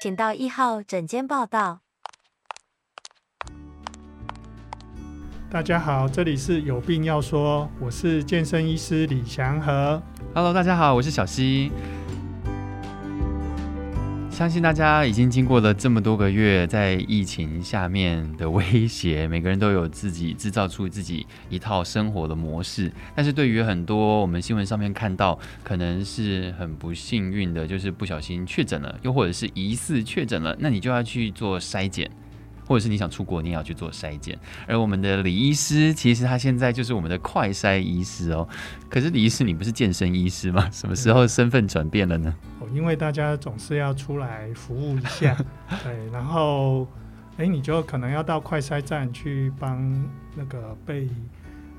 请到一号诊间报到。大家好，这里是有病要说，我是健身医师李祥和。 Hello，大家好，我是小溪。相信大家已经经过了这么多个月在疫情下面的威胁，每个人都有自己制造出自己一套生活的模式。但是对于很多我们新闻上面看到，可能是很不幸运的，就是不小心确诊了，又或者是疑似确诊了，那你就要去做筛检。或者是你想出国，你也要去做筛检。而我们的李医师，其实他现在就是我们的快筛医师哦。可是李医师，你不是健身医师 吗？什么时候身份转变了呢？哦，因为大家总是要出来服务一下，对，然后，哎，你就可能要到快筛站去帮那个被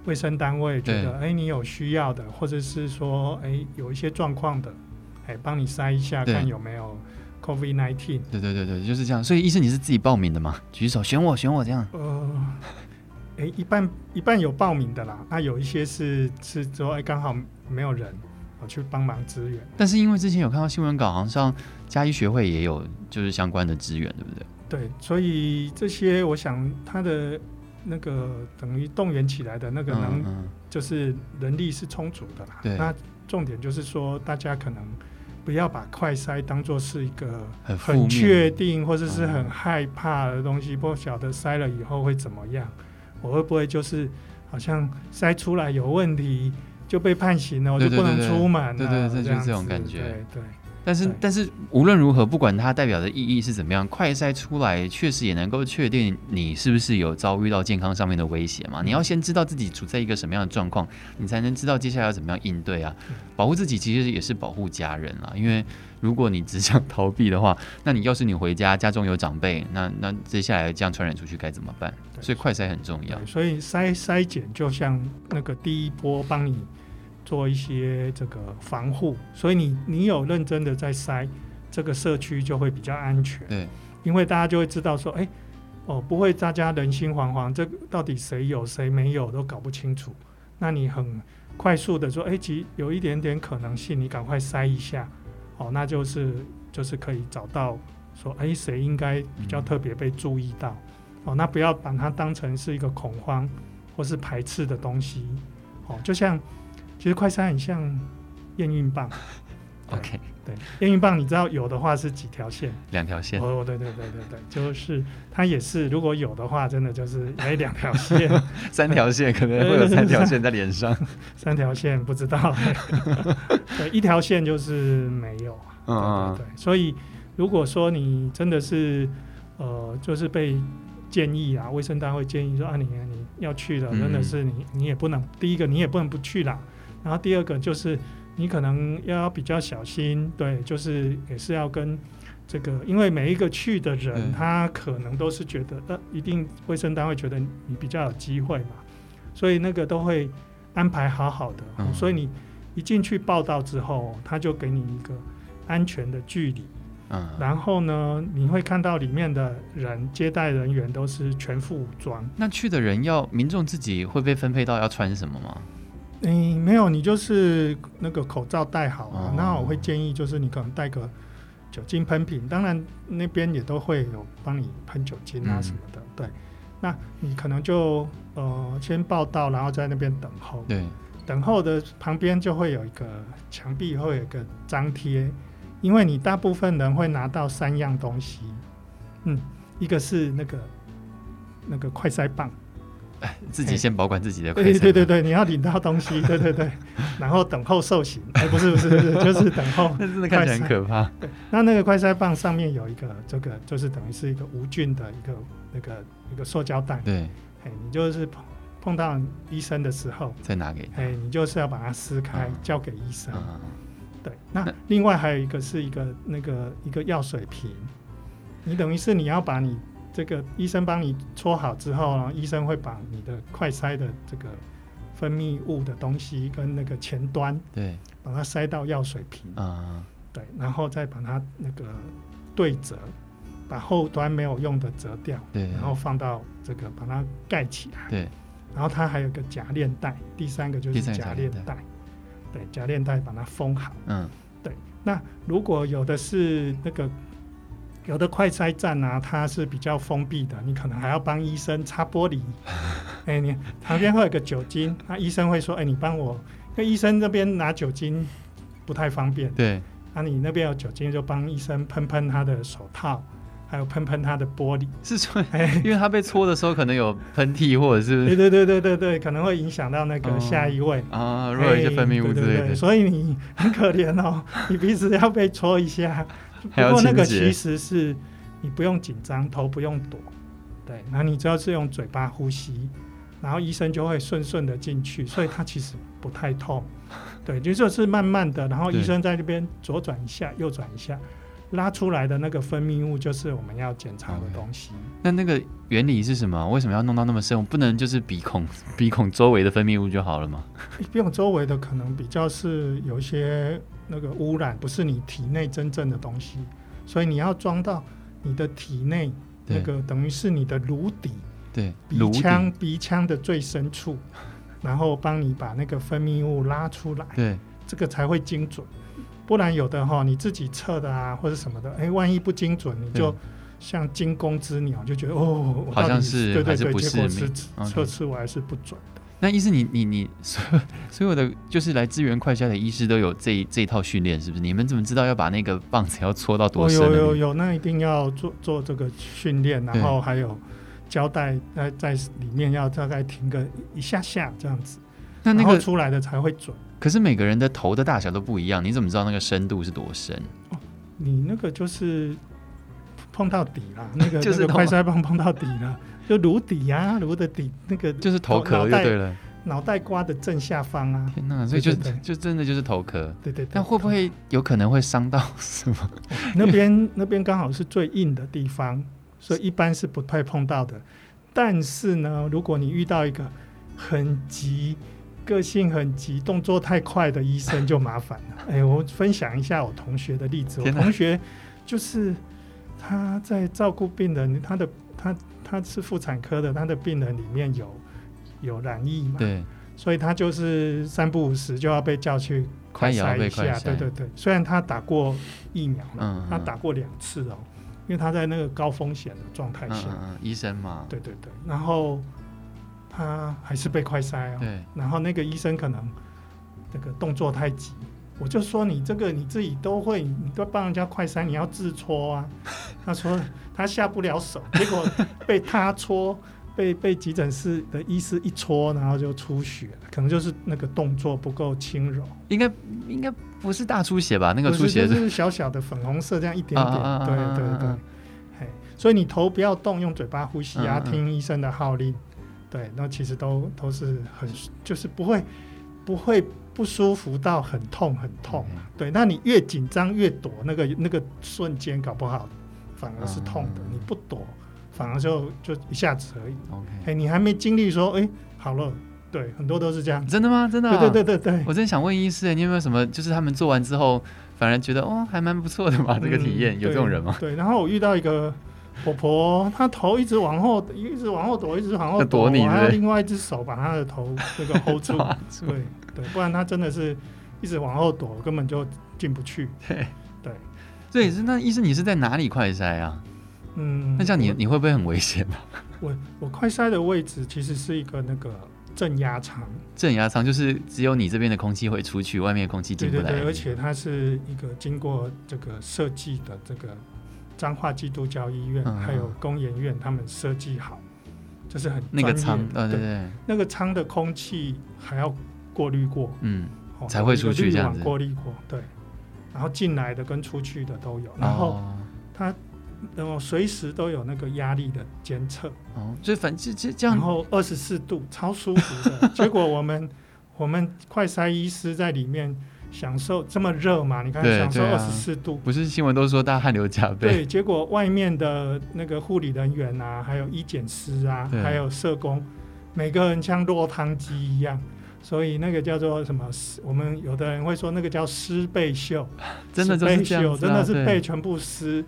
卫生单位觉得，哎，你有需要的，或者是说，哎，有一些状况的，哎，帮你筛一下，对看有没有 COVID nineteen。对对对对，就是这样。所以医生，你是自己报名的吗？举手选我选我这样。呃，哎，一半一半有报名的啦，那有一些是是说，哎，刚好没有人，我去帮忙支援。但是因为之前有看到新闻稿，好像嘉义学会也有就是相关的资源，对不对？对，所以这些我想他的那个等于动员起来的那个能，嗯就是人力是充足的啦。对那重点就是说，大家可能不要把快筛当做是一个很负面很确定或者是很嗯害怕的东西，不晓得筛了以后会怎么样，我会不会就是好像筛出来有问题。就被判刑了，我就对对不能对对出门了。对对对这样就是这种子感觉对对，但是对，但是无论如何，不管它代表的意义是怎么样，快筛出来确实也能够确定你是不是有遭遇到健康上面的威胁嗯嘛。你要先知道自己处在一个什么样的状况，你才能知道接下来要怎么样应对啊。嗯保护自己其实也是保护家人啦，因为如果你只想逃避的话，那你要是你回家家中有长辈，那 那接下来这样传染出去该怎么办？对所以快筛很重要对，。所以筛筛检就像那个第一波帮你做一些这个防护，所以你你有认真的在筛，这个社区就会比较安全，对，因为大家就会知道说，哎、哦，不会大家人心惶惶，这个到底谁有谁没有都搞不清楚，那你很快速的说，哎、其有一点点可能性，你赶快筛一下，哦，那就是就是可以找到说，哎、谁应该比较特别被注意到，哦，那不要把它当成是一个恐慌或是排斥的东西，哦，就像其实快筛很像验孕棒，对 OK，对，验孕棒你知道有的话是几条线，两条线。哦，对对对对对，就是它也是，如果有的话，真的就是哎两条线，三条线可能会有三条线在脸上， 三条线不知 道，对，一条线就是没有啊。嗯对对对，所以如果说你真的是呃，就是被建议啊，卫生单位建议说啊，你你要去了，嗯真的是你你也不能，第一个你也不能不去啦，然后第二个就是你可能要比较小心，对，就是也是要跟。这个，因为每一个去的人，嗯他可能都是觉得，呃，一定卫生单位觉得你比较有机会嘛，所以那个都会安排好好的。嗯所以你一进去报道之后，他就给你一个安全的距离，嗯嗯。然后呢，你会看到里面的人接待人员都是全副武装。那去的人要民众自己会被分配到要穿什么吗？嗯，没有，你就是那个口罩戴好啊哦。那我会建议就是你可能带个酒精喷瓶，当然那边也都会有帮你喷酒精啊嗯什么的。对，那你可能就呃先报到，然后在那边等候。对，等候的旁边就会有一个墙壁，会有一个张贴，因为你大部分人会拿到三样东西，嗯，一个是那个那个快塞棒，哎自己先保管自己的快餐对对对，对，你要领到东 西，对对对，然后等候受刑，哎，不是不是不是， 就是等候。 那真的看起来很可怕。那那个快塞棒上面有一个这个，就是等于是一个无菌的一个那个一个塑胶袋，对，哎，你就是碰碰到医生的时候，再拿给哎，你就是要把它撕开嗯，交给医生。嗯，对，那那另外还有一个是一个那个一个药水瓶，你等于是你要把你这个医生帮你搓好之后，然后医生会把你的快塞的这个分泌物的东西跟那个前端对，把它塞到药水瓶，嗯，对，然后再把它那个对折，把后端没有用的折掉，对，然后放到这个把它盖起来，对，然后它还有个夹链带，第三个就第是三个夹夹链链带，对，夹链带把它封好。嗯，那如果有的是那个有的快筛站啊，它是比较封闭的，你可能还要帮医生擦玻 璃。哎、你旁边会有个酒精，那医生会说：“哎、你帮我。”因为医生这边拿酒精不太方便，对，那、你那边有酒精就帮医生喷喷他的手套，还有喷喷他的玻璃。是说 哎，因为他被搓的时候可能有喷嚏或对者是对对对对对，可能会影响到那哦个下一位。啊，若有一些分泌物哎之对类对对，的，所以你 很可怜哦，你鼻子要被戳一下。 不还要过那清个其洁。实是你不用紧张，头不用躲，对，然后你只要是用嘴巴呼吸，然后医生就会顺顺的进去，所以它其实不太痛，对，就就是慢慢的，然后对医生在这边左转一下，右转一下，拉出来的那个分泌物就是我们要检查的 OK 东西。那那个原理是什么？为什么要弄到那么深？我不能就是鼻孔 鼻孔周围的分泌物就好了吗？因为我周围的可能比较是有一些那个污染，不是你体内真正的东西，所以你要装到你的体内那对个等于是你的颅底。对，鼻颅腔底，鼻腔的最深处，然后帮你把那个分泌物拉出来，对，这个才会精准。不然有的哈、你自己测的啊，或者什么的，哎，万一不精准，你就对像惊弓之鸟，就觉得哦，我到底好像是对对还是对，不结果是是，OK 测出来是不准的。那医师你，你你所 有所有的就是来支援快筛的医师都有这一这一套训练，是不是？你们怎么知道要把那个棒子要戳到多哦，深有呢？有有，那一定要做做这个训练，然嗯后还有胶带在在里面要大概停个一下下这样子，那那然后个出来的才会准。可是每个人的头的大小都不一样，你怎么知道那个深度是多深？你那个就是碰到底 啦，那个就是那头个快塞棒碰到底了，就颅底呀、颅的底那个就是头壳就脑袋 对了。脑袋瓜的正下方啊，天哪，所以就对对对就真的就是头壳。对对对。但会不会有可能会伤到什 么？那边那边刚好是最硬的地方，所以一般是不太碰到的。但是呢，如果你遇到一个很急、个性很急、动作太快的医生，就麻烦了。哎，我分享一下我同学的例子。我天哪同学就是他在照顾病人，他的他他是妇产科的，他的病人里面有有染疫嘛，对，所以他就是三不五时就要被叫去快也要筛被一快下。筛。对对对，虽然他打过疫苗了，嗯嗯他打过两次哦，因为他在那个高风险的状态嗯下，嗯嗯，医生嘛。对对对，然后他还是被快筛哦，对然后那个医生可能这个动作太急，我就说你这个你自己都会，你都帮人家快筛，你要自搓啊。他说他下不了手，结果被他搓。被被急诊室的医师一搓，然后就出血了，可能就是那个动作不够轻柔。应该应该不是大出血吧？那个不出是，血就是是小小的粉红色这样一点点，啊啊啊啊对啊啊对对啊，嘿，所以你头不要动，用嘴巴呼吸啊，嗯嗯嗯听医生的号令，对，那其实都都是很就是不会不会不舒服到很痛很痛，嗯对，那你越紧张越躲，那个那个瞬间搞不好反而是痛的，嗯嗯嗯你不躲反而就就一下子而已， OK，哎，你还没经历说，哎，好了，对，很多都是这样，真的吗？真的、对啊？对对对对。 我真想问医师，你有没有什么就是他们做完之后反而觉得哦还蛮不错的嘛？这个体验、嗯有这种人吗？？对，对然后我遇到一个婆婆，她头一直往后，一直往后躲，一直往后要躲你我还是要不是另外一只手把她的 头这个 hold 住。抓住对对，不然她真的是一直往后躲，根本就进不去。对对，对，是那医生你是在哪里快筛啊？嗯，那这样你你会不会很危险啊？我我快塞的位置其实是一个那个正压舱，正牙舱就是只有你这边的空气会出去，外面的空气对进不对来。对，而且它是一个经过这个设计的这个彰化基督教医院、嗯嗯还有工研院他们设计好，这是很那个专舱业，呃的对对，那个舱的空气还要过滤过，嗯，哦、才会出去有一这个滤样子网过滤过，对。然后进来的跟出去的都有，然后哦它，然后随时都有那个压力的监测，哦，所以反正这这然样后二十四度，超舒服的。结果我们 我们快筛医师在里面享受这么热嘛，你看对享受对啊二十四度，不是新闻都说大家汗流浃背，对，结果外面的那个护理人员啊，还有医检师啊对，还有社工，每个人像落汤鸡一样，所以那个叫做什么？湿我们有的人会说那个叫湿背袖，真的湿就背是这样袖，子真啊、的是对背全部湿。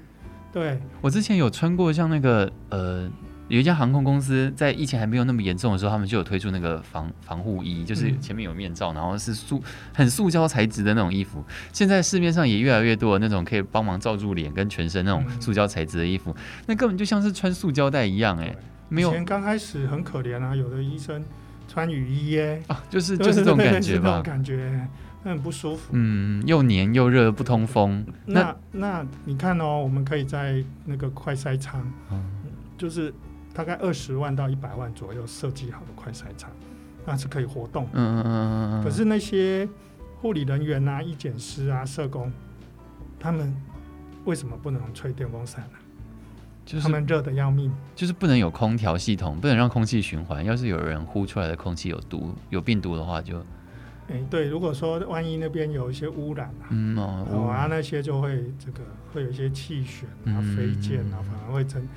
对，我之前有穿过像那个呃有一家航空公司在疫情还没有那么严重的时候，他们就有推出那个防防护衣，就是嗯前面有面罩，然后是塑很塑胶材质的那种衣服。现在市面上也越来越多的那种可以帮忙罩住脸跟全身那种嗯塑胶材质的衣服，那根本就像是穿塑胶袋一样、哎，没有嗯以前刚开始很可怜啊，有的医生穿雨衣耶， 啊，就是就是这种对对感觉是这种吧。感觉那很不舒服。嗯，又黏又热，不通风。那那你看哦，我们可以在那个快筛仓，嗯就是大概二十万到一百万左右设计好的快筛仓，那是可以活动。嗯嗯嗯嗯。可是那些护理人员啊、医检师啊、社工，他们为什么不能吹电风扇呢、啊就他是们热的要命。就是不能有空调系统，不能让空气循环。要是有人呼出来的空气有毒、有病毒的话就，哎、对，如果说万一那边有一些污染啊，嗯哦，哦我啊那些就会这个会有一些气旋啊、嗯飞溅啊，反而会增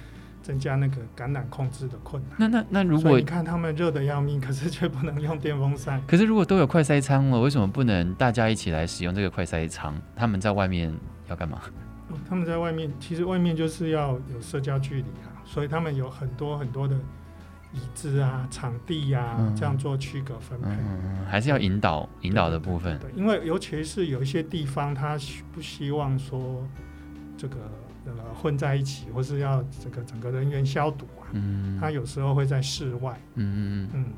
增加那个感染控制的困难。那那那如所果以你看他们热的要命，可是却不能用电风扇。可是如果都有快筛仓了，为什么不能大家一起来使用这个快筛仓？他们在外面要干嘛？哦他们在外面，其实外面就是要有社交距离啊，所以他们有很多很多的椅子啊、场地啊，嗯这样做区隔分配。嗯，还是要引导引导的部分。对，因为尤其是有一些地方，他希不希望说这个呃混在一起，或是要这个整个人员消毒啊，嗯他有时候会在室外，嗯嗯嗯，嗯，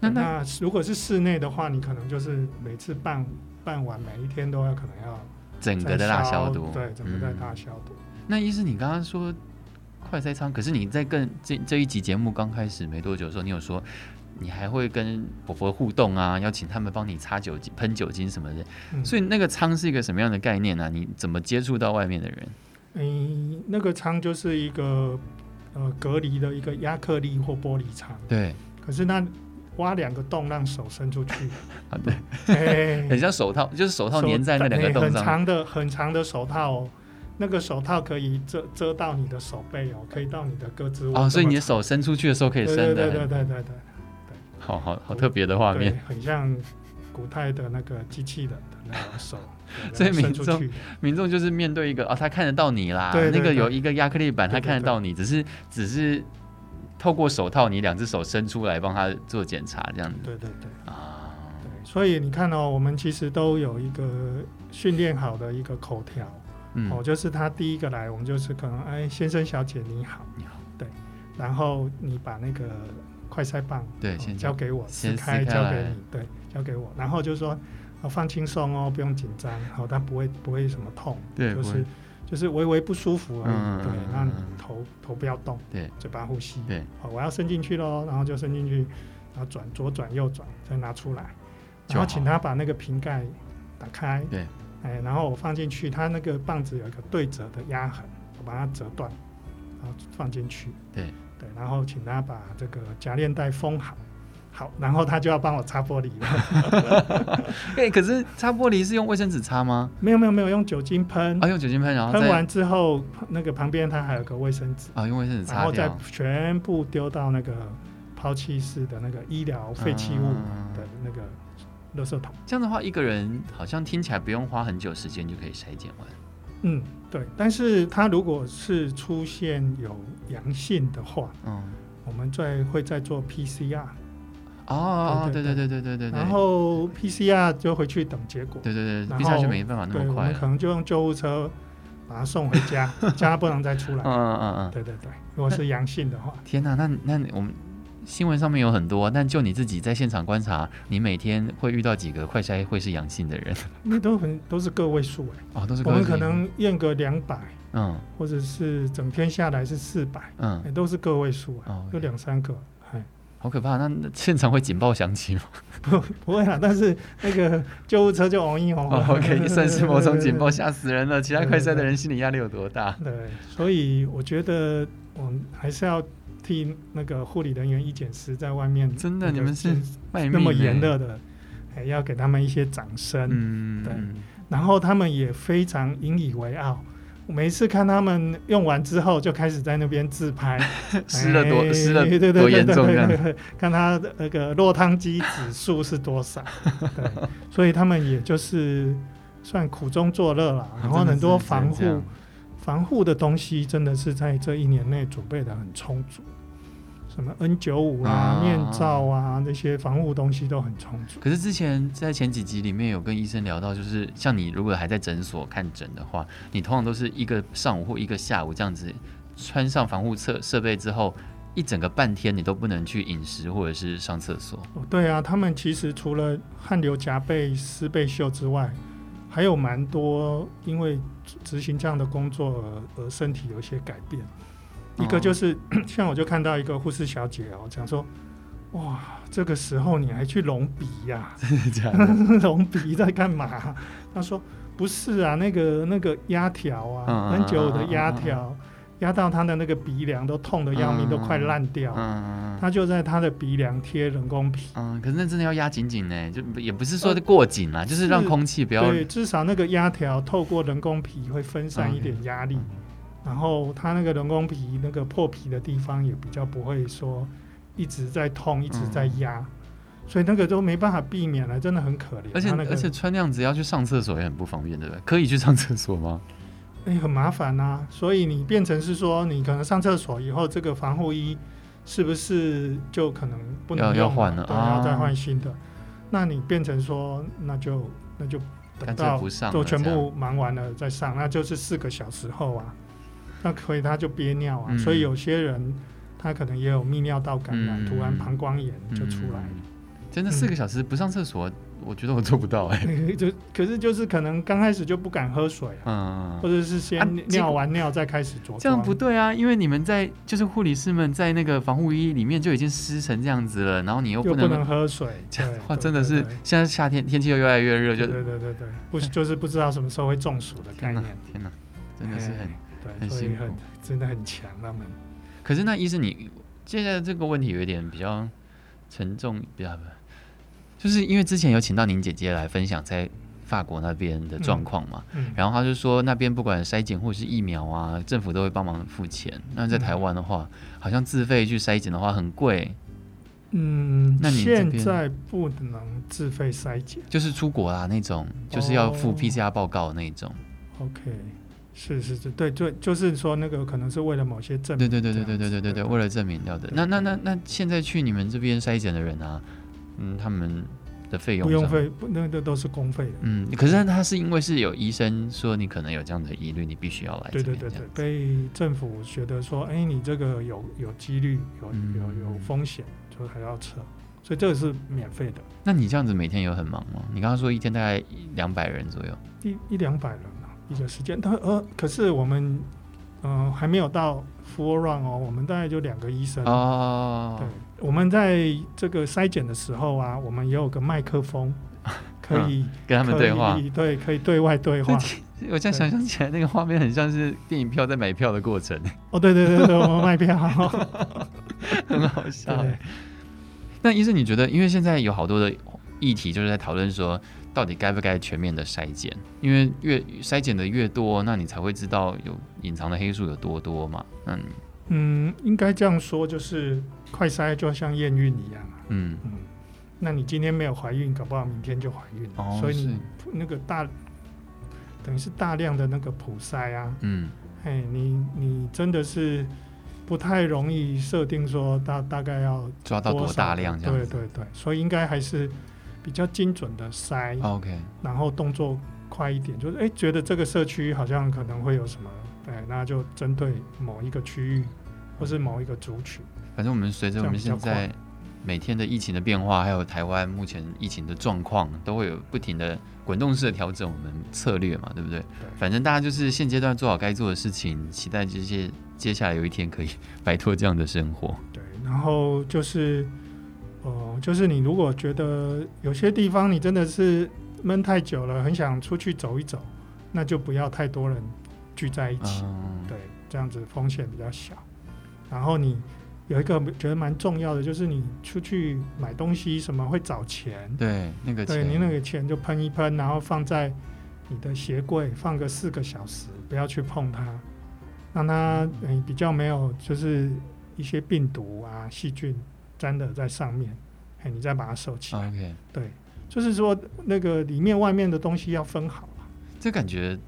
那那那如果是室内的话，你可能就是每次办办完，每一天都要可能要整再个在大消毒，对，整个在嗯大消毒。那意思你刚刚说快筛仓，可是你在跟这这一集节目刚开始没多久的时候，你有说你还会跟婆婆互动啊，要请他们帮你擦酒精、喷酒精什么的。嗯所以那个仓是一个什么样的概念呢、你怎么接触到外面的人？嗯，那个仓就是一个呃隔离的一个亚克力或玻璃仓，对可是那挖两个洞让手伸 出去，啊，对，哎很像手套，就是手套手粘在那两个哎洞很上。长的很长的手套哦，那个手套可以遮遮到你的手背哦，可以到你的胳肢窝这么长。哦，所以你的手伸出去的时候可以对伸对的，对对对对好好好特别的画对，对面。很像古代的那个机器人的那种 手，对所以然后伸民出众去。民众就是面对一个哦，他看得到你啦，对对那个对有一个亚克力板，他对对看得到你，只是只是透过手套，你两只手伸出来帮他做检查这样子对对对啊。对，所以你看哦，我们其实都有一个训练好的一个口条。嗯，哦，就是他第一个来，我们就是可能哎，先生小姐你好，你好，对，然后你把那个快塞棒对哦先交给我，先撕撕开开交来给你，对，交给我，然后就说哦放轻松哦，不用紧张，好、哦，但不会不会什么痛，对就不是会就是微微不舒服而已，嗯嗯对嗯，那你嗯嗯头头不要动，对，嘴巴呼吸，对，好、我要伸进去喽，然后就伸进去，然后转左转右转，再拿出来，然后就好请他把那个瓶盖打开，对，哎，然后我放进去，它那个棒子有一个对折的压痕，我把它折断，然后放进去，对对，然后请他把这个夹链带封好，好，然后他就要帮我擦玻璃 了，哎，可是擦玻璃是用卫生纸擦吗？没有没有没有，用酒精喷，啊，用酒精喷，然后喷再完之后那个旁边它还有个卫生纸，啊，用卫生纸然擦后再掉。全部丢到那个抛弃式的那个医疗废弃物嗯的那个垃圾桶。这样的话，一个人好像听起来不用花很久时间就可以筛检完。嗯，对，但是它如果是出现有阳性的话，嗯，我们再会再做 PCR，哦，哦对对对对对对对对对，然后 PCR 就回去等结果。对对对，然比下去后没办法那对，么我快啊们了。可能就用救护车把他送回家， 家不能再出嗯来。嗯嗯嗯。对对对，如果是阳性的话，天呐，那那我们新闻上面有很多，但就你自己在现场观察，你每天会遇到几个快筛会是阳性的人？那都很都是个位数哎、哦，都是我们个可位数能验个两百，嗯或者是整天下来是四百、嗯哎也都是个位数啊，哦有两三个。哎，好可怕！那那现场会警报响起吗、不 会啦，但是那个救护车就嗡一嗡哦、？OK，算 是某种警报，对对对对对吓死人了。其他快筛的人心理压力有多大？对，所以我觉得我们还是要替那个护理人员、医检师在外面真的那个你们是卖命那么欸炎热的，哎，要给他们一些掌声。嗯，对嗯然后他们也非常引以为傲。我每一次看他们用完之后，就开始在那边自 拍，湿了多哎湿了对对多对严重这样对对对看他的那个落汤鸡指数是多 少，对，所以他们也就是算苦中作乐 了。然后真的很是多只能防这样护防护的东西真的是在这一年内准备的很充足。什么 N 九五啊、啊面罩啊这些防护东西都很充足。可是之前在前几集里面有跟医生聊到，就是像你如果还在诊所看诊的话，你通常都是一个上午或一个下午这样子，穿上防护设设备之后，一整个半天你都不能去饮食或者是上 厕所。哦，对啊，他们其实除了汗流浃背、湿背袖之外，还有蛮多因为执行这样的工作而而身体有一些改变。一哦个就是 像我就看到一个护士小姐哦，讲说，哇，这个时候你还去隆鼻呀、 这样，隆鼻在干嘛？她说不是啊，那个那个压条啊，嗯很久的压条，压到她的那个鼻梁都痛得要命，都快烂掉。嗯她就在她的鼻梁贴人工皮，嗯，可是那真的要压紧紧呢，就也不是说过紧啦，就是让空气不要。对，至少那个压条透过人工皮会分散一点压力，嗯然后它那个人工皮那个破皮的地方也比较不会说一直在痛，一直在嗯压，所以那个都没办法避免了，真的很可怜。而且它那个而且穿那样子要去上厕所也很不方便，对不对？可以去上厕所吗？哎、很麻烦呐、所以你变成是说，你可能上厕所以后，这个防护衣是不是就可能不能要用要换了对，啊要再换新的。那你变成说，那就那就等干脆到不上了都全这样部忙完了再上，那就是四个小时后啊，那所以他就憋尿啊，嗯所以有些人他可能也有泌尿道感染，嗯突然膀胱炎就出来了。嗯真的四个小时不上厕所，我觉得我做不到哎、 就可是就是可能刚开始就不敢喝水啊，嗯，或者是先啊结果尿完尿再开始着装。这样不对啊，因为你们在就是护理师们在那个防护衣里面就已经湿成这样子了，然后你又又不不能。能喝水， 这样对的话对真的对是对，现在夏天天气又越来越热，就对对对对对，不就是不知道什么时候会中暑的概天哪念，天哪，真的是很。对，很所以辛很苦真的很强啊他们。可是那医生，你接下来这个问题有一点比较沉重，比较就是因为之前有请到您姐姐来分享在法国那边的状况嘛，嗯，然后他就说，那边不管筛检或是疫苗啊，政府都会帮忙付钱。那在台湾的话，好像自费去筛检的话很贵，嗯那你这现边在不能自费筛检就是出国啊那种，就是要付哦 PCR 报告那种。 ，OK。是是是，对对，就是说那个可能是为了某些证对明这对样子，对对对对对对对，为了证明要的。那那那那现在去你们这边筛检的人啊，嗯，他们的费用不用上。费，不那个都是公费的。嗯，可是他是因为是有医生说你可能有这样的疑虑，你必须要来对这对边对这对样，子。被政府觉得说，哎，你这个有有几率，有嗯有有风险，就还要测，所以这个是免费的。那你这样子每天有很忙吗？你刚刚说一天大概两百人左右。一一两百人啊，一个时间。但呃，可是我们呃还没有到 full run 哦，我们大概就两个医生。哦对，，我们在这个筛检的时候啊，我们也有个麦克 风，可以、嗯跟他们对话可。以对，可以对外对话。我现在想象起来，那个画面很像是电影票在买票的过程， 哦，对对对对，我们卖票。很好笑对欸。那医生，你觉得，因为现在有好多的议题，就是在讨论说，到底该不该全面的筛检？因为越筛检的越多，那你才会知道有隐藏的黑数有多多嘛。嗯嗯，应该这样说，就是快筛就像验孕一样啊。嗯，嗯，那你今天没有怀孕，搞不好明天就怀孕了。哦，所以是你那个大，等于是大量的那个普筛啊，嗯哎，你你真的是不太容易设定说大大概要抓到多多少大量这样对子。对对，所以应该还是比较精准的筛， OK，然后动作快一点，就是哎觉得这个社区好像可能会有什么，哎，那就针对某一个区域或是某一个族群。反正我们随着我们现这样在每天的疫情的变化，还有台湾目前疫情的状况，都会有不停的滚动式的调整我们策略嘛，对不对？反正大家就是现阶段做好该做的事情，期待这些接下来有一天可以摆脱这样的生活。对，然后就是，呃，就是你如果觉得有些地方你真的是闷太久了，很想出去走一走，那就不要太多人聚在一起，嗯，对，这样子风险比较小。然后你有一个觉得蛮重要的，就是你出去买东西什么会找钱，对，那个对钱你那个钱就喷一喷，然后放在你的鞋柜放个四个小时，不要去碰它，让它嗯、呃比较没有就是一些病毒啊细菌粘的在上面，哎，你再把它收起来。 OK，对，啊就是说那个里面外面的东西要分好啊。这感觉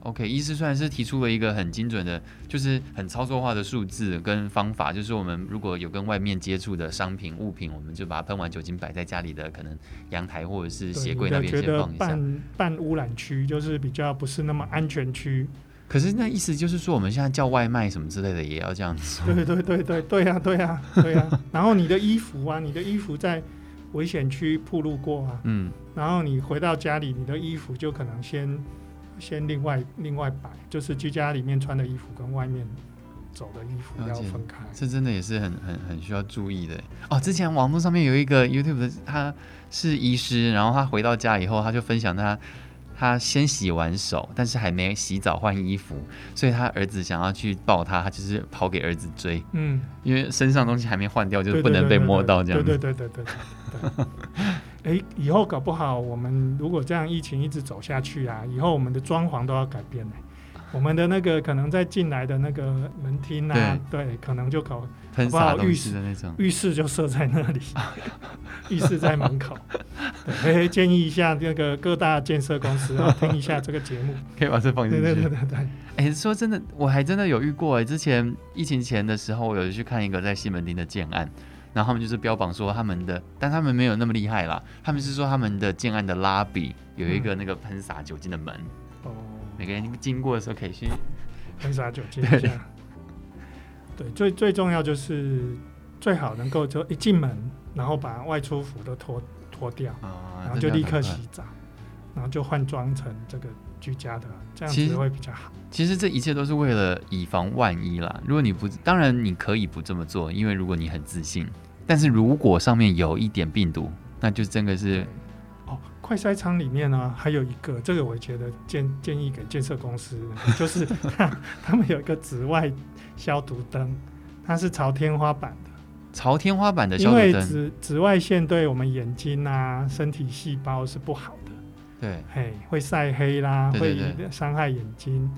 OK，医师虽然是提出了一个很精准的，就是很操作化的数字跟方法，就是我们如果有跟外面接触的商品物品，我们就把它喷完酒精摆在家里的可能阳台或者对是鞋你柜那的边觉先得放一下。半半污染区就是比较不是那么安全区。可是那意思就是说，我们现在叫外卖什么之类的也要这样做。对对对对对呀、对呀、啊对呀、然后你的衣服啊，你的衣服在危险区铺路过啊，嗯，然后你回到家里，你的衣服就可能先先另外另外摆，就是居家里面穿的衣服跟外面走的衣服了要解分开。这真的也是很很很需要注意的哦。之前网络上面有一个 YouTube 的，他是医师，然后他回到家以后，他就分享他他先洗完手，但是还没洗澡换衣服，所以他儿子想要去抱他，他就是跑给儿子追，嗯，因为身上东西还没换掉，就对是对不能被摸到这样对子。对对对对对对 对。哎，以后搞不好我们如果这样疫情一直走下去啊，以后我们的装潢都要改变呢、我们的那个可能在进来的那个门厅啊，对，可能就搞喷洒东西的那种。浴室就设在那里，浴室在门口。对哎，建议一下那个各大建设公司啊，听一下这个节目。可以把这放进对去。对对对对，哎、说真的，我还真的有遇过哎。之前疫情前的时候，我有去看一个在西门町的建案，然后他们就是标榜说他们的，但他们没有那么厉害啦。他们是说他们的建案的拉比有一嗯个那个喷洒酒精的门，哦，每个人经过的时候可以去。喷洒酒精一下。 对，最最重要就是最好能够就一进门，然后把外出服都脱脱掉，啊然后就立刻洗。澡，然后就换装成这个居家的，这样其实子会比较好。其实这一切都是为了以防万一啦。如果你不，当然你可以不这么做，因为如果你很自信，但是如果上面有一点病毒，那就真的是哦，快筛厂里面呢、还有一个，这个我觉得建建议给建设公 司，就是他他们有一个紫外消毒灯，它是朝天花板的，朝天花板的消因毒为灯。紫紫外线对我们眼睛啊、身体细胞是不好的，对，嘿，会晒黑啦，对对对会伤害眼睛。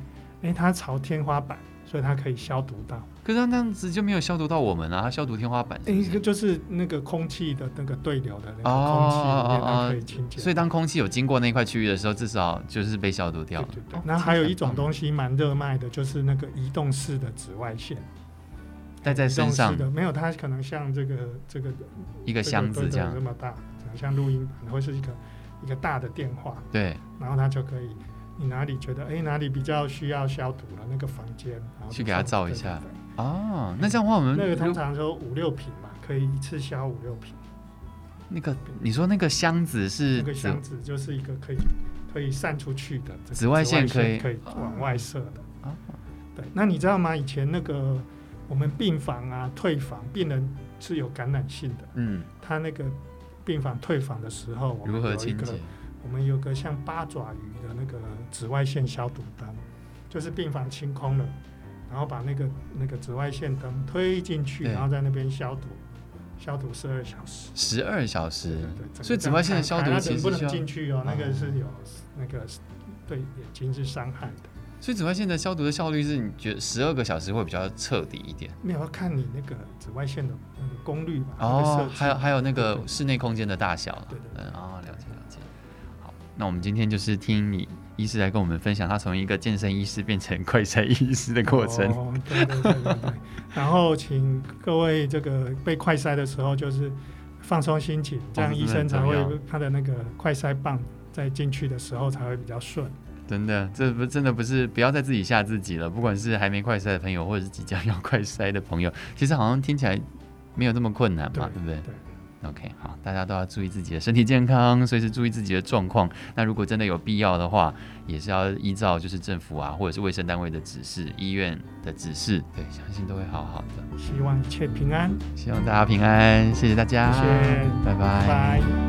诶，它朝天花板，所以它可以消毒到。可是他那样子就没有消毒到我们啊，他消毒天花板是诶，不一个是。哎就是那个空气的那个对流的那个空气里哦面，它可以清洁。所以当空气有经过那块区域的时候，至少就是被消毒掉了对对。对哦，然后还有一种这个东西蛮热卖的，就是那个移动式的紫外线，很棒戴在身移上动式的没有它可能像这个这个一一个箱子这样这，么大，可能像录音板或是一个一个大的电话，对，然后它就可以你哪里觉得哎哪里比较需要消毒了，那个房间，然后去给它就放照一下对对对哦，那这样的话我们那个通如常说五六瓶嘛，可以一次消五六瓶，那个你说那个箱子是那个紫箱子就是一个可以可以散出去的这个紫外线可以哦可以往外射的。啊，对，那你知道吗？以前那个我们病房啊、退房，病人是有感染性的。嗯，他那个病房退房的时候，我们如何有一清个洁？我们有个像八爪鱼的那个紫外线消毒灯，就是病房清空了，然后把那个那个紫外线灯推进去，对然后在那边消毒，消毒十二小时。十二小时对对对，整个这所以紫样外线的看消看毒它其能不实需能要，进去哦，那哦个是有那个是对眼睛是伤害的。所以紫外线的消毒的效率是你觉得十二个小时会比较彻底一点没有要看你那个紫外线的那个功率吧，那个设，哦计还有还有那对个室内空间的大小，对对嗯，哦，了解了解。好，那我们今天就是听你医师来跟我们分享他从一个健身医师变成快筛医师的过程。哦、对对对对对。然后请各位这个被快筛的时候，就是放松心情，这样医生才会哦这很重要他的那个快筛棒在进去的时候才会比较顺。真的，这不真的不是不要再自己吓自己了。不管是还没快筛的朋友，或者是即将要 快筛的朋友，其实好像听起来没有那么困难嘛，对不对？对。 OK，好，大家都要注意自己的身体健康，随时注意自己的状况。那如果真的有必要的话，也是要依照就是政府啊，或者是卫生单位的指示、医院的指示，对，相信都会好好的。希望一切平安，希望大家平安，谢谢大家，谢谢拜拜拜拜